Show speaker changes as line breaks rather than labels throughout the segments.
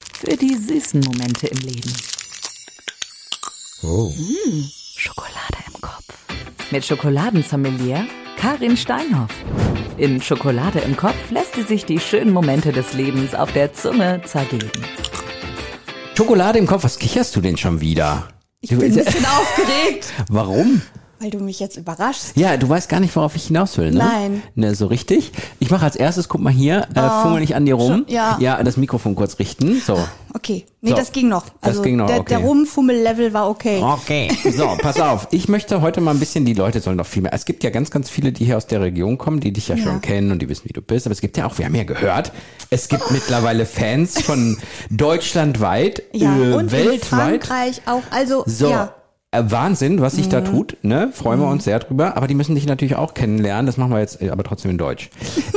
Für die süßen Momente im Leben. Hm,
Oh.
Schokolade im Kopf. Mit Schokoladensommelier Karin Steinhoff. In Schokolade im Kopf lässt sie sich die schönen Momente des Lebens auf der Zunge zergeben.
Schokolade im Kopf, was kicherst du denn schon wieder?
Ich
Du-
bin ein bisschen aufgeregt,
Warum?
weil du mich jetzt überraschst.
Ja, du weißt gar nicht, worauf ich hinaus will, ne?
Nein. Oh,
Ne, so richtig. Ich mache als erstes, guck mal hier, äh, fummel nicht an dir rum.
schon- ja.
Ja, das Mikrofon kurz richten. So.
Okay, nee,
So.
das ging noch. Also
ging noch,
der,
okay.
der Rumfummel-Level war okay.
Okay. So, pass auf. Ich möchte heute mal ein bisschen, die Leute sollen noch viel mehr. Es gibt ja ganz, ganz viele, die hier aus der Region kommen, die dich ja, schon kennen und die wissen, wie du bist. Aber es gibt ja auch, wir haben ja gehört, es gibt mittlerweile Fans von deutschlandweit,
Ja,
äh,
und in
weltweit.
Frankreich auch. Also,
So.
ja.
äh, Wahnsinn, was sich da tut, ne? Freuen wir uns sehr drüber. Aber die müssen dich natürlich auch kennenlernen. Das machen wir jetzt äh, aber trotzdem in Deutsch.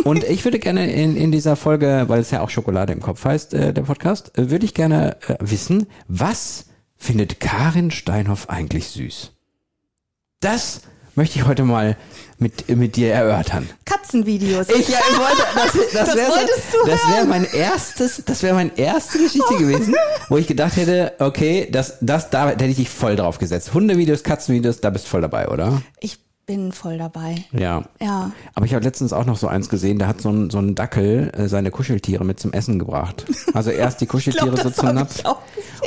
Und ich würde gerne in, in dieser Folge, weil es ja auch Schokolade im Kopf heißt, äh, der Podcast, äh, würde ich gerne äh, wissen, was findet Karin Steinhoff eigentlich süß? Das möchte ich heute mal mit, äh, mit dir erörtern.
Katzenvideos.
Ich ja, ich wollte, das, das,
Das
wäre
wolltest
so,
du
das wäre mein erstes, das wäre meine erste Geschichte gewesen, wo ich gedacht hätte, okay, das, das, da hätte ich dich voll drauf gesetzt. Hundevideos, Katzenvideos, da bist du voll dabei, oder?
Ich bin voll dabei.
Ja.
Ja.
Aber ich habe letztens auch noch so eins gesehen, da hat so ein, so ein Dackel äh, seine Kuscheltiere mit zum Essen gebracht. Also erst die Kuscheltiere so
das
zum
hab
Napf
ich auch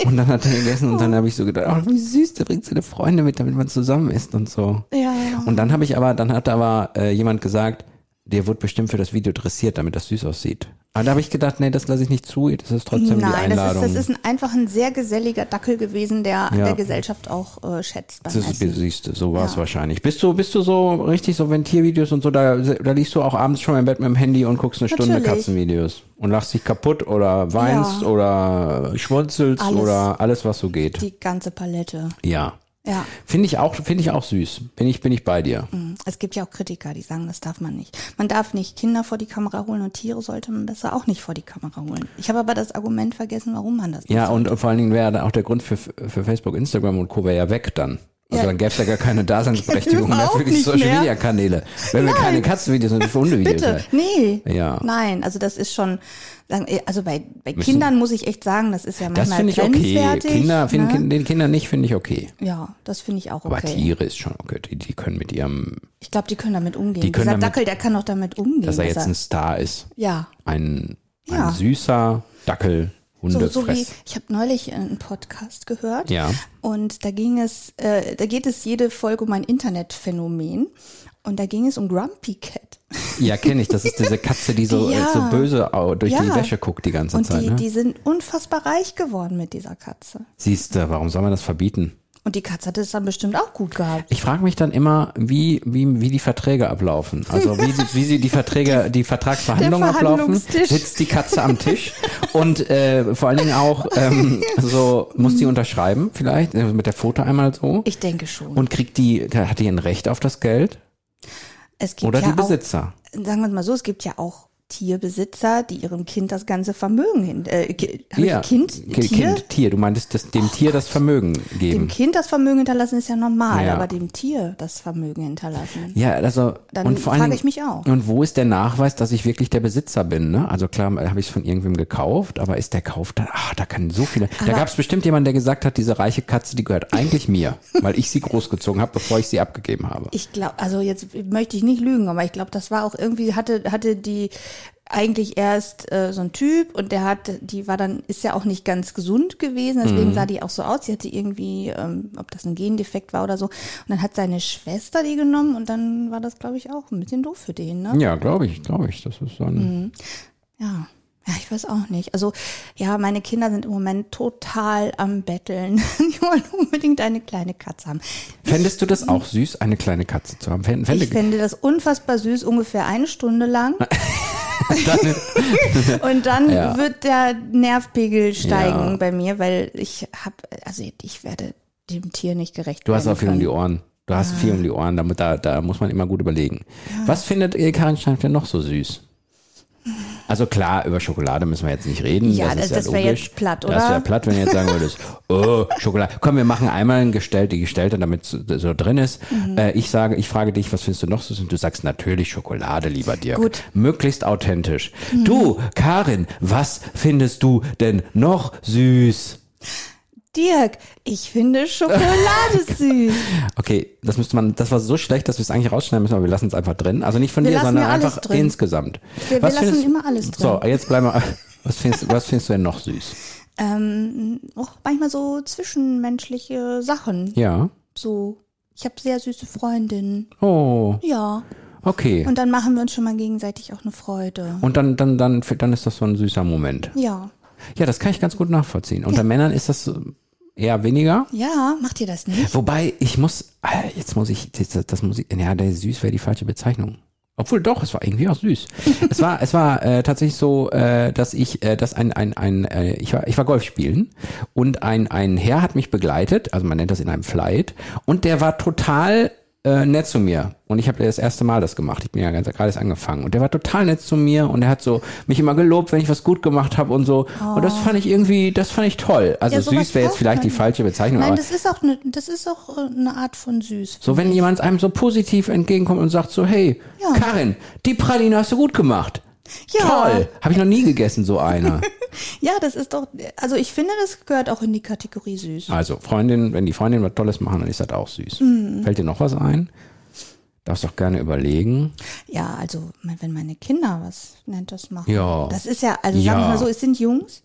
und dann hat er gegessen und dann habe ich so gedacht, ach, wie süß, der bringt seine Freunde mit, damit man zusammen isst und so.
Ja.
Und dann habe ich aber, dann hat aber äh, jemand gesagt, der wurde bestimmt für das Video dressiert, damit das süß aussieht. Aber da habe ich gedacht, nee, das lasse ich nicht zu, das ist trotzdem die
Nein, das
Einladung.
ist, das ist ein, einfach ein sehr geselliger Dackel gewesen, der
Ja.
der Gesellschaft auch äh, schätzt beim
Das ist
Essen.
siehst du, so war es wahrscheinlich. Bist du, bist du so richtig so Ventiervideos und so, da, da liegst du auch abends schon im Bett mit dem Handy und guckst eine Stunde
Natürlich.
Katzenvideos und lachst dich kaputt oder weinst
Ja.
oder schmunzelst
Alles.
oder alles, was so geht.
Die ganze Palette.
ja.
Ja.
Finde ich auch, finde ich auch süß. Bin ich, bin ich bei dir.
Es gibt ja auch Kritiker, die sagen, das darf man nicht. Man darf nicht Kinder vor die Kamera holen und Tiere sollte man besser auch nicht vor die Kamera holen. Ich habe aber das Argument vergessen, warum man das
Ja,
nicht
und vor allen Dingen wäre da auch der Grund für, für Facebook, Instagram und Co. wäre ja weg dann. Also
Ja.
dann gäbe es ja gar keine Daseinsberechtigung mehr
Überhaupt
für die
nicht
Social
mehr.
Media Kanäle. Wenn wir keine Katzenvideos und für Hundevideos
Bitte,
hätten.
nee.
Ja.
Nein, also das ist schon, sagen- also bei, bei Kindern muss ich echt sagen, das ist ja
Das finde
manchmal
ich okay.
grenzwertig.
Kinder, finden,
ne?
Kin- den Kindern nicht, finde ich okay.
Ja, das finde ich auch
Aber
okay.
Tiere ist schon okay. Die, die können mit ihrem,
Ich glaube, die können damit umgehen.
Die können
Dieser
damit-
Dackel, der kann auch damit umgehen.
dass er jetzt
dass
ein Star ist.
ja.
Ein, ein
Ja.
süßer Dackel,
So, so wie,
Hundefress.
ich habe neulich äh, einen Podcast gehört.
Ja.
Und da ging es, äh, da geht es jede Folge um ein Internetphänomen. Und da ging es um Grumpy Cat.
ja, kenne ich. Das ist diese Katze, die so,
Ja.
so böse au- durch die
Ja.
Wäsche guckt die ganze
Und
Zeit.
die,
ne?
die sind unfassbar reich geworden mit dieser Katze.
Siehst du, warum soll man das verbieten?
Und die Katze hat es dann bestimmt auch gut gehabt.
Ich frage mich dann immer, wie, wie, wie die Verträge ablaufen. Also wie, sie- wie sie die Verträge, die Vertragsverhandlungen
Der
ablaufen.
Verhandlungstisch.
Sitzt die Katze am Tisch und äh, vor allen Dingen auch, ähm, so muss die unterschreiben vielleicht, äh, mit der Foto einmal so.
Ich denke schon.
Und kriegt die, hat die ein Recht auf das Geld?
es gibt
Oder
ja
die Besitzer?
Auch, sagen wir mal so, es gibt ja auch Tierbesitzer, die ihrem Kind das ganze Vermögen hin, äh, Ki- hab ich Kind,
Ki-
Tier,
Kind, Tier. Du meintest, das, dem Tier das Vermögen
dem
geben.
Kind das Vermögen hinterlassen ist ja normal,
Ja.
aber dem Tier das Vermögen hinterlassen.
Ja, also
Dann
und vor allen
frage
Dingen-
ich mich auch.
Und wo ist der Nachweis, dass ich wirklich der Besitzer bin? Ne? Also klar, habe ich es von irgendwem gekauft, aber ist der Kauf dann? Ach, da können so viele. da
Aber-
gab es bestimmt jemanden, der gesagt hat, diese reiche Katze, die gehört eigentlich mir, weil ich sie großgezogen habe, bevor ich sie abgegeben habe.
Ich glaube, also jetzt möchte ich nicht lügen, aber ich glaube, das war auch irgendwie, hatte, hatte die eigentlich erst äh, so ein Typ und der hat, die war dann, ist ja auch nicht ganz gesund gewesen, deswegen sah die auch so aus. Sie hatte irgendwie, ähm, ob das ein Gendefekt war oder so. Und dann hat seine Schwester die genommen und dann war das, glaube ich, auch ein bisschen doof für den, ne?
Ja, glaube ich, glaube ich. Das ist so
Mhm.
ein.
Ja. Ja, ich weiß auch nicht. Also, ja, meine Kinder sind im Moment total am Betteln. Die wollen unbedingt eine kleine Katze haben.
Fändest du das auch süß, eine kleine Katze zu haben? Fänd, fände,
Ich fände das unfassbar süß, ungefähr eine Stunde lang.
dann,
Und dann
Ja.
wird der Nervpegel steigen
Ja.
bei mir, weil ich habe, also ich werde dem Tier nicht gerecht
Du hast
werden
auch viel um die
können.
Ohren. Du hast viel um die Ohren, da, da, da muss man immer gut überlegen. Was findet äh, Karin Stein denn noch so süß? Also klar, über Schokolade müssen wir jetzt nicht reden. das,
Ja, das-
ist ja
das wäre
logisch.
jetzt platt,
Das
oder?
wäre platt, wenn du jetzt sagen würdest, oh, Schokolade. Komm, wir machen einmal ein Gestell, die Gestellte, damit es so drin ist.
Mhm.
Äh, ich sage, ich frage dich, was findest du noch so? Und du sagst natürlich Schokolade, lieber Dirk.
Gut. Mhm.
Möglichst authentisch. Du, Karin, was findest du denn noch süß?
Dirk, ich finde Schokolade süß.
Okay, das müsste man, das war so schlecht, dass wir es eigentlich rausschneiden müssen, aber wir lassen es einfach drin. Also nicht von
Wir
dir,
lassen
sondern
ja alles
einfach
drin.
insgesamt.
Wir- wir lassen immer alles
So, jetzt bleiben wir. Was findest, was findest du denn noch süß?
Ähm, auch manchmal so zwischenmenschliche Sachen.
Ja.
So, ich habe sehr süße Freundinnen.
Oh,
Ja.
okay.
Und dann machen wir uns schon mal gegenseitig auch eine Freude.
Und dann, dann, dann, dann ist das so ein süßer Moment.
Ja.
Ja, das kann ich ganz gut nachvollziehen. Unter Männern ist das eher weniger.
Ja, macht ihr das nicht?
Wobei, ich muss, ah, jetzt muss ich, das, das muss ich, ja, der süß wäre die falsche Bezeichnung. Obwohl doch, es war irgendwie auch süß. es war, es war äh, tatsächlich so, äh, dass ich, äh, dass ein, ein, ein, äh, ich war, ich war Golf spielen und ein, ein Herr hat mich begleitet, also man nennt das in einem Flight, und der war total äh, nett zu mir. Und ich habe das erste Mal das gemacht. Ich bin ja ganz gerade erst angefangen. Und der war total nett zu mir und er hat so mich immer gelobt, wenn ich was gut gemacht habe und so. Und das fand ich irgendwie, das fand ich toll. Also
Oh. Ja, sowas
süß wäre jetzt
braucht
vielleicht
man
die
nicht.
falsche Bezeichnung.
Nein,
aber
das ist auch eine, das ist auch äh, eine Art von süß.
so, wenn jemand einem so positiv entgegenkommt und sagt so, hey,
Ja.
Karin, die Praline hast du gut gemacht.
Ja.
Toll. Habe ich noch nie gegessen, so eine.
Ja, das ist doch, also ich finde, das gehört auch in die Kategorie süß.
also, Freundin, wenn die Freundin was Tolles machen, dann ist das auch süß.
Hm.
Fällt dir noch was ein? Darfst doch gerne überlegen.
Ja, also mein- wenn meine Kinder was nennt das machen.
Ja.
Das ist ja, also
Ja.
sagen wir mal so, es sind Jungs.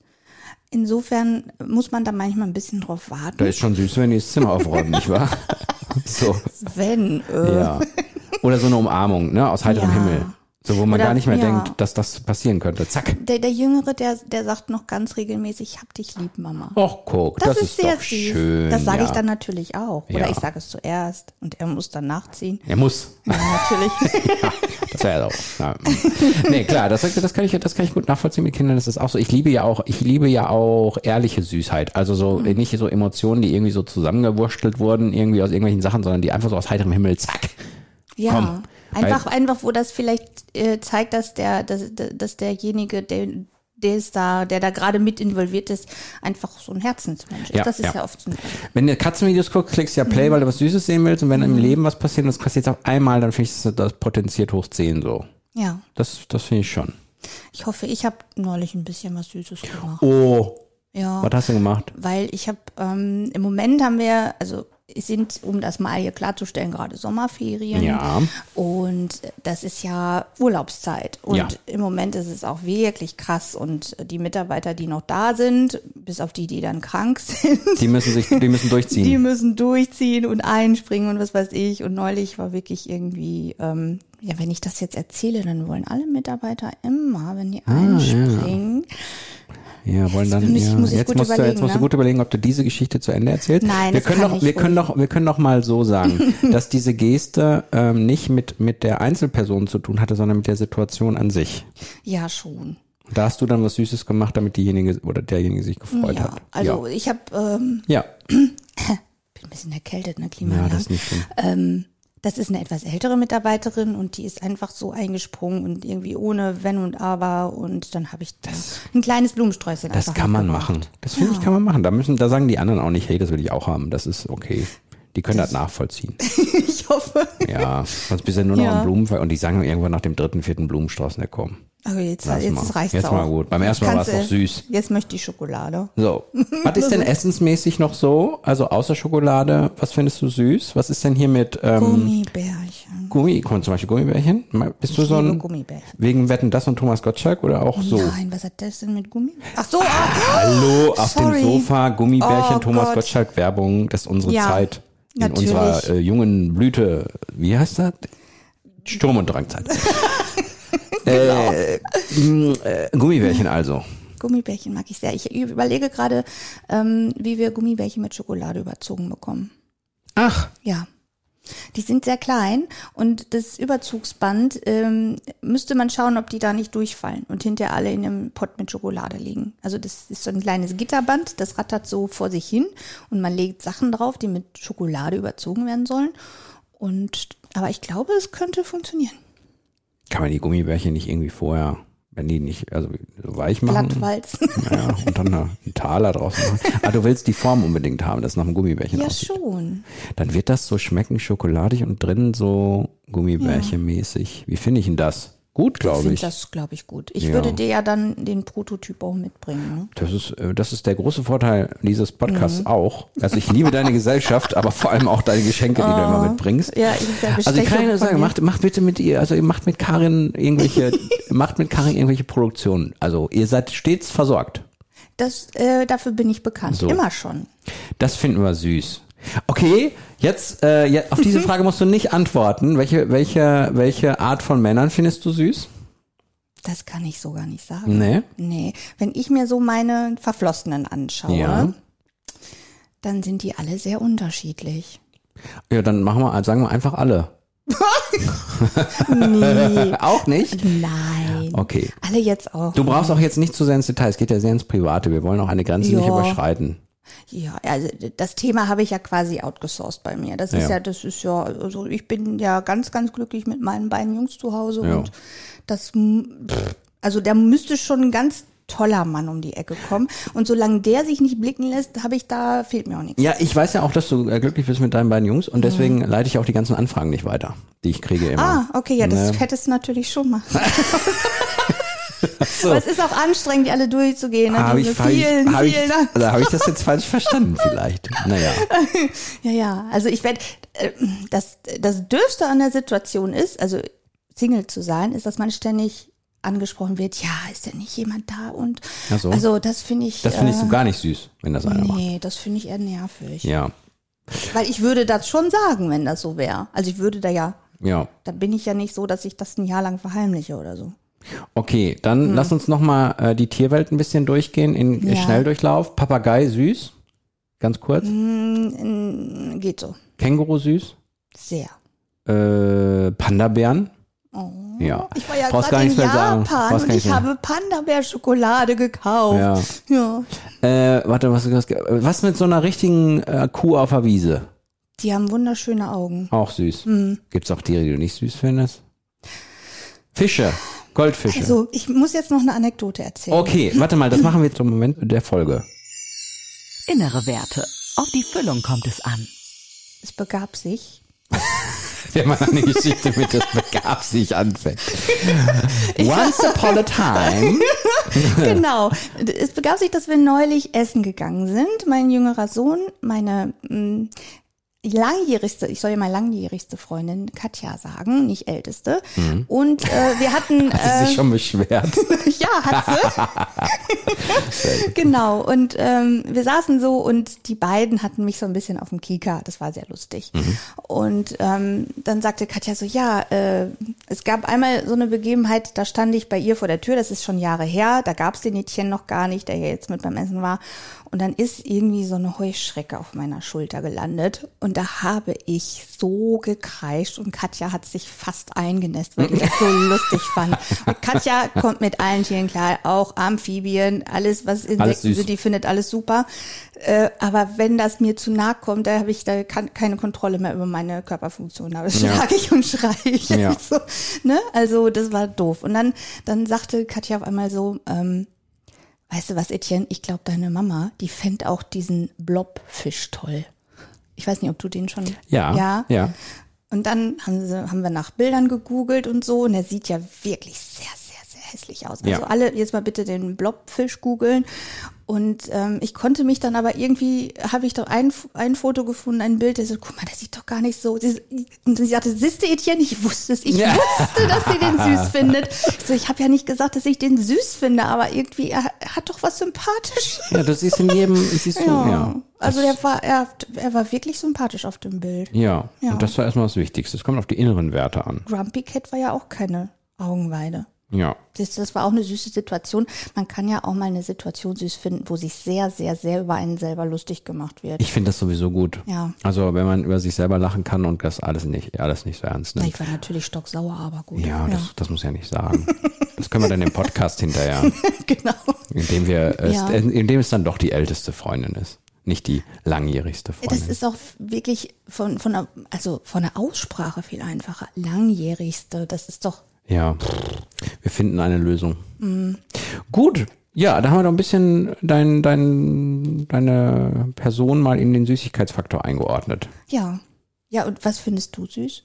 Insofern muss man da manchmal ein bisschen drauf warten.
Da ist schon süß, wenn die das Zimmer aufräumen, nicht wahr? So,
wenn. Äh,
ja. Oder so eine Umarmung, ne, aus heiterem
Ja.
Himmel. So, wo man
Oder-
gar nicht mehr
ja.
denkt, dass das passieren könnte. Zack.
Der, der Jüngere, der, der sagt noch ganz regelmäßig, ich hab dich lieb, Mama.
Och, guck, Oh, das, ist,
sehr
doch
süß.
schön.
das sage
ja.
ich dann natürlich auch. Oder
Ja.
ich sage es zuerst und er muss dann nachziehen.
Er muss.
Ja, natürlich.
Das wäre auch. Ja. hm. Nee, klar, das, das, kann ich, das kann ich gut nachvollziehen mit Kindern. Das ist auch so. Ich liebe ja auch, ich liebe ja auch ehrliche Süßheit. Also so nicht so Emotionen, die irgendwie so zusammengewurstelt wurden, irgendwie aus irgendwelchen Sachen, sondern die einfach so aus heiterem Himmel, zack.
Ja.
Komm, Halt. weil-
einfach, einfach, wo das vielleicht äh, zeigt, dass der, dass, dass derjenige, der, der ist da, der da gerade mit involviert ist, einfach so ein Herzensmensch ist.
Ja,
das ist
ja.
ja, oft so.
Wenn du Katzenvideos guckst, klickst du ja Play, weil du was Süßes sehen willst. Und wenn im Leben was passiert und das passiert auf einmal, dann finde ich das, das potenziert hoch 10 so.
Ja.
Das, das finde ich schon.
Ich hoffe, ich habe neulich ein bisschen was Süßes gemacht.
Oh,
Ja.
was hast du gemacht?
Weil ich habe, ähm, im Moment haben wir, also es sind, um das mal hier klarzustellen, gerade Sommerferien.
Ja.
Und das ist ja Urlaubszeit. Und
Ja.
im Moment ist es auch wirklich krass. Und die Mitarbeiter, die noch da sind, bis auf die, die dann krank sind,
Die müssen sich, die müssen durchziehen.
die müssen durchziehen und einspringen und was weiß ich. Und neulich war wirklich irgendwie, ähm, ja, wenn ich das jetzt erzähle, dann wollen alle Mitarbeiter immer, wenn
Ah,
die einspringen.
Ja, wollen
Jetzt
dann
muss ich-
ja.
muss ich
jetzt
gut
musst du
überlegen,
jetzt musst du
ne?
gut überlegen, ob du diese Geschichte zu Ende erzählst.
Nein,
wir
das
können
kann
doch
ich
wir können
ruhig.
doch wir können doch mal so sagen, dass diese Geste ähm, nicht mit mit der Einzelperson zu tun hatte, sondern mit der Situation an sich.
Ja, schon.
Und Da hast du dann was Süßes gemacht, damit diejenige oder derjenige sich gefreut
Ja,
hat.
also ich habe, ähm,
ja.
bin ein bisschen erkältet, ne,
ja,
Klima.
ja, das ist nicht schlimm.
ähm, das ist eine etwas ältere Mitarbeiterin und die ist einfach so eingesprungen und irgendwie ohne Wenn und Aber und dann habe ich das ein kleines Blumensträußchen.
Das
einfach
kann man
mitgebracht.
machen. Das finde ich kann man machen. Da müssen da sagen die anderen auch nicht, hey, das will ich auch haben. Das ist okay. Die können das, nachvollziehen.
Ich hoffe.
Ja, sonst bist du nur noch
Ja.
ein Blumenfall. Und die sagen irgendwann nach dem dritten, vierten Blumenstrauß, ne, komm.
Okay, jetzt,
Lass mal.
jetzt reicht's
Jetzt
auch.
mal gut. Beim ersten Mal
Kannst
war's
du-
noch süß.
Jetzt möchte ich Schokolade.
So, was ist denn essensmäßig noch so? Also außer Schokolade, was findest du süß? Was ist denn hier mit ähm,
Gummibärchen.
Gummi? Guck mal, zum Beispiel Gummibärchen? Mal- Bist du
Ich
so
liebe
ein
Gummibärchen.
wegen Wetten das und Thomas Gottschalk oder auch so?
Nein, was hat das denn mit Gummi? Ach so, ah,
Hallo, auf
sorry.
dem Sofa, Gummibärchen,
Oh
Thomas
Gott.
Gottschalk, Werbung, das ist unsere
Ja,
Zeit. In
natürlich.
unserer äh, jungen Blüte, wie heißt das? Sturm- und Drangzeit. äh,
Genau.
mh, äh, Gummibärchen also.
Gummibärchen mag ich sehr. Ich überlege gerade, ähm, wie wir Gummibärchen mit Schokolade überzogen bekommen.
Ach,
Ja. Die sind sehr klein und das Überzugsband ähm, müsste man schauen, ob die da nicht durchfallen und hinterher alle in einem Pott mit Schokolade liegen. Also das ist so ein kleines Gitterband, das rattert so vor sich hin und man legt Sachen drauf, die mit Schokolade überzogen werden sollen. Und aber ich glaube, es könnte funktionieren.
kann man die Gummibärchen nicht irgendwie vorher nee, nicht, also so weich machen.
Glattwalzen.
Ja, und dann eine- einen Taler draus machen. Ah, du willst die Form unbedingt haben, dass es nach einem Gummibärchen
Ja,
aussieht.
schon.
Dann wird das so schmecken, schokoladig und drinnen so Gummibärchen-mäßig. Wie finde ich denn das? Gut,
Ich
glaube
finde
ich. Das,
das, glaube ich, gut. Ich
Ja.
würde dir ja dann den Prototyp auch mitbringen. Ne?
ist, äh, das ist der große Vorteil dieses Podcasts auch. Also ich liebe deine Gesellschaft, aber vor allem auch deine Geschenke, die du immer mitbringst.
Ja, ich ist ja
Also ich kann ja nur
Bestechung von
sagen,
mir.
macht, macht bitte mit ihr, also ihr macht mit Karin irgendwelche, macht mit Karin irgendwelche Produktionen. Also ihr seid stets versorgt.
Das, äh, dafür bin ich bekannt.
So.
Immer schon.
Das finden wir süß. Okay, jetzt äh, ja, auf diese Frage musst du nicht antworten. Welche, welche, welche Art von Männern findest du süß?
Das kann ich so gar nicht sagen.
Nee.
Nee, wenn ich mir so meine Verflossenen anschaue,
Ja.
dann sind die alle sehr unterschiedlich.
Ja, dann machen wir, also sagen wir einfach alle.
Nee,
Auch nicht?
nein.
Okay.
Alle jetzt auch.
Du brauchst auch jetzt nicht zu sehr ins Detail, es geht ja sehr ins Private. Wir wollen auch eine Grenze nicht
Ja.
überschreiten.
Ja, also das Thema habe ich ja quasi outgesourced bei mir. Das ist
Ja.
ja, das ist ja, also ich bin ja ganz, ganz glücklich mit meinen beiden Jungs zu Hause
Ja.
und das, m- pff, also der müsste schon ein ganz toller Mann um die Ecke kommen. Und solange der sich nicht blicken lässt, habe ich da, fehlt mir auch nichts.
Ja, ich weiß ja auch, dass du äh, glücklich bist mit deinen beiden Jungs und deswegen leite ich auch die ganzen Anfragen nicht weiter, die ich kriege immer.
Ah, okay, ja, das
Ne?
hättest du natürlich schon machen. Aber es ist auch anstrengend, die alle durchzugehen. Ne?
Habe ich,
Diese
falsch-
vielen,
hab ich,
vielen Dank.
also hab ich das jetzt falsch verstanden vielleicht? Naja.
Ja, ja, also ich werde, das, das Dürfste an der Situation ist, also Single zu sein, ist, dass man ständig angesprochen wird, ja, ist denn nicht jemand da und
Ach so.
also das finde ich,
Das finde ich
äh,
so gar nicht süß, wenn das einer macht.
nee, das finde ich eher nervig,
Ja,
weil ich würde das schon sagen, wenn das so wäre. Also ich würde da ja,
ja.
da bin ich ja nicht so, dass ich das ein Jahr lang verheimliche oder so.
Okay, dann lass uns nochmal äh, die Tierwelt ein bisschen durchgehen in äh,
Hm. Ja.
Schnelldurchlauf. Papagei süß, ganz kurz.
Hm. Mm, Geht so,
Känguru süß.
sehr.
Äh, Panda-Bären. Ja.
Oh. Ich war ja
Brauchst
gerade in Japan
Brauchst
und
gar
ich
nichts mehr.
habe Panda-Bär-Schokolade gekauft.
Ja.
ja.
Äh, warte, was, was, was mit so einer richtigen äh, Kuh auf der Wiese?
Die haben wunderschöne Augen.
Auch süß.
Hm.
Gibt's auch Tiere, die du nicht süß findest? Fische. Goldfische.
Also, ich muss jetzt noch eine Anekdote erzählen.
okay, warte mal, das machen wir zum Moment der Folge.
Innere Werte. Auf die Füllung kommt es an.
Es begab sich.
Wenn man eine Geschichte mit das begab sich anfängt. Once upon a time.
genau. Es begab sich, dass wir neulich essen gegangen sind. Mein jüngerer Sohn, meine mh, langjährigste, ich soll ja mal langjährigste Freundin Katja sagen, nicht älteste. Und äh, wir hatten.
Mhm.
äh,
Hat sie sich schon beschwert.
ja, hat sie. genau. Und ähm, wir saßen so und die beiden hatten mich so ein bisschen auf dem Kieker. Das war sehr lustig. Und ähm, dann sagte Katja so, ja, äh, es gab einmal so eine Begebenheit, da stand ich bei ihr vor der Tür, das ist schon Jahre her, da gab's den Etienne noch gar nicht, der ja jetzt mit beim Essen war. Und dann ist irgendwie so eine Heuschrecke auf meiner Schulter gelandet. Und da habe ich so gekreischt und Katja hat sich fast eingenässt, weil ich das so lustig fand. Und Katja kommt mit allen Tieren klar, auch Amphibien, alles, was
Alles
Insekten
süß.
sind, die findet alles super. Äh, aber wenn das mir zu nahe kommt, da habe ich da kann, keine Kontrolle mehr über meine Körperfunktion. Da schlage ich und schreie ich.
Ja.
So, ne? Also das war doof. Und dann, dann sagte Katja auf einmal so, ähm, weißt du was, Etienne, ich glaube, deine Mama, die fänd auch diesen Blobfisch toll. Ich weiß nicht, ob du den schon.
Ja.
Ja.
Ja.
Und dann haben, sie, haben wir nach Bildern gegoogelt und so. Und er sieht ja wirklich sehr, sehr, sehr hässlich aus. Also
Ja.
alle jetzt mal bitte den Blobfisch googeln. Und ähm, ich konnte mich dann aber irgendwie, habe ich doch ein, ein Foto gefunden, ein Bild, der so, guck mal, der sieht doch gar nicht so. Sie, und sie sagte, siehste Etienne, ich wusste es, ich
Ja.
wusste, dass sie den süß findet. Ich so, ich habe ja nicht gesagt, dass ich den süß finde, aber irgendwie, er er hat doch was Sympathisches.
Ja, das ist in jedem, es ist so, ja. ja.
Also der war, er, er war wirklich sympathisch auf dem Bild.
Ja,
Ja.
und das war erstmal das Wichtigste. Es kommt auf die inneren Werte an.
Grumpy Cat war ja auch keine Augenweide.
Ja.
Das, das war auch eine süße Situation. Man kann ja auch mal eine Situation süß finden, wo sich sehr, sehr, sehr über einen selber lustig gemacht wird.
Ich finde das sowieso gut.
Ja.
Also, wenn man über sich selber lachen kann und das alles nicht, alles nicht so ernst
Na,
nimmt.
ich war natürlich stocksauer, aber gut.
Ja, das, das muss ja nicht sagen. Das können wir dann im Podcast hinterher,
genau.
indem wir, es-
Ja.
indem es dann doch die älteste Freundin ist, nicht die langjährigste Freundin.
Das ist auch wirklich von, von, der, also von der Aussprache viel einfacher. Langjährigste, das ist doch
Ja, wir finden eine Lösung. Gut, ja, da haben wir doch ein bisschen dein, dein, deine Person mal in den Süßigkeitsfaktor eingeordnet.
Ja. Ja, und was findest du süß?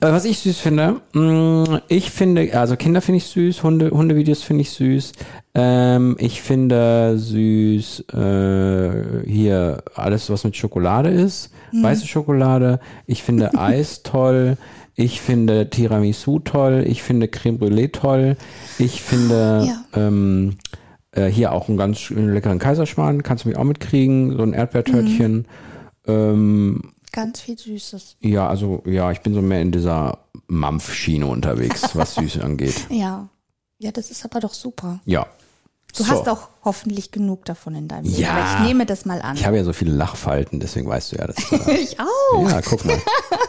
Äh, Was ich süß finde, mh, ich finde, also Kinder finde ich süß, Hunde, Hundevideos finde ich süß. Ähm, ich finde süß äh, hier alles, was mit Schokolade ist, weiße Schokolade. Ich finde Eis toll. Ich finde Tiramisu toll. Ich finde Creme Brûlée toll. Ich finde
Ja.
ähm, äh, hier auch einen ganz schönen leckeren Kaiserschmarrn. Kannst du mich auch mitkriegen? So ein Erdbeertörtchen. Ähm,
Ganz viel Süßes.
ja, also ja, ich bin so mehr in dieser Mampfschiene unterwegs, was Süße angeht.
Ja. Ja, das ist aber doch super.
Ja.
Du
So.
hast auch hoffentlich genug davon in deinem Leben.
Ja.
Aber ich nehme das mal an.
Ich habe ja so viele Lachfalten, deswegen weißt du ja, dass ich da-
Ich auch.
Ja, guck mal.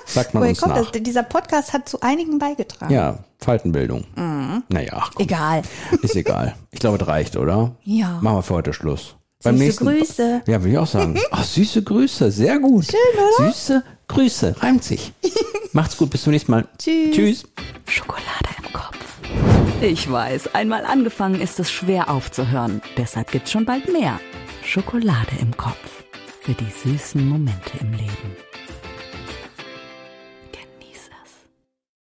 Sagt man
Woher
uns
kommt
nach.
das? Dieser Podcast hat zu einigen beigetragen.
Ja, Faltenbildung. Naja, ach, komm,
Mhm. Egal.
ist egal. Ich glaube, das reicht, oder?
Ja.
Machen wir für heute Schluss.
Süße Grüße.
Ja, will ich auch sagen. Ach, süße Grüße, sehr gut. Schön, oder? Süße Grüße, reimt sich. Macht's gut, bis zum nächsten Mal.
Tschüss.
Tschüss.
Schokolade im Kopf. Ich weiß, einmal angefangen ist es schwer aufzuhören. Deshalb gibt's schon bald mehr. Schokolade im Kopf. Für die süßen Momente im Leben.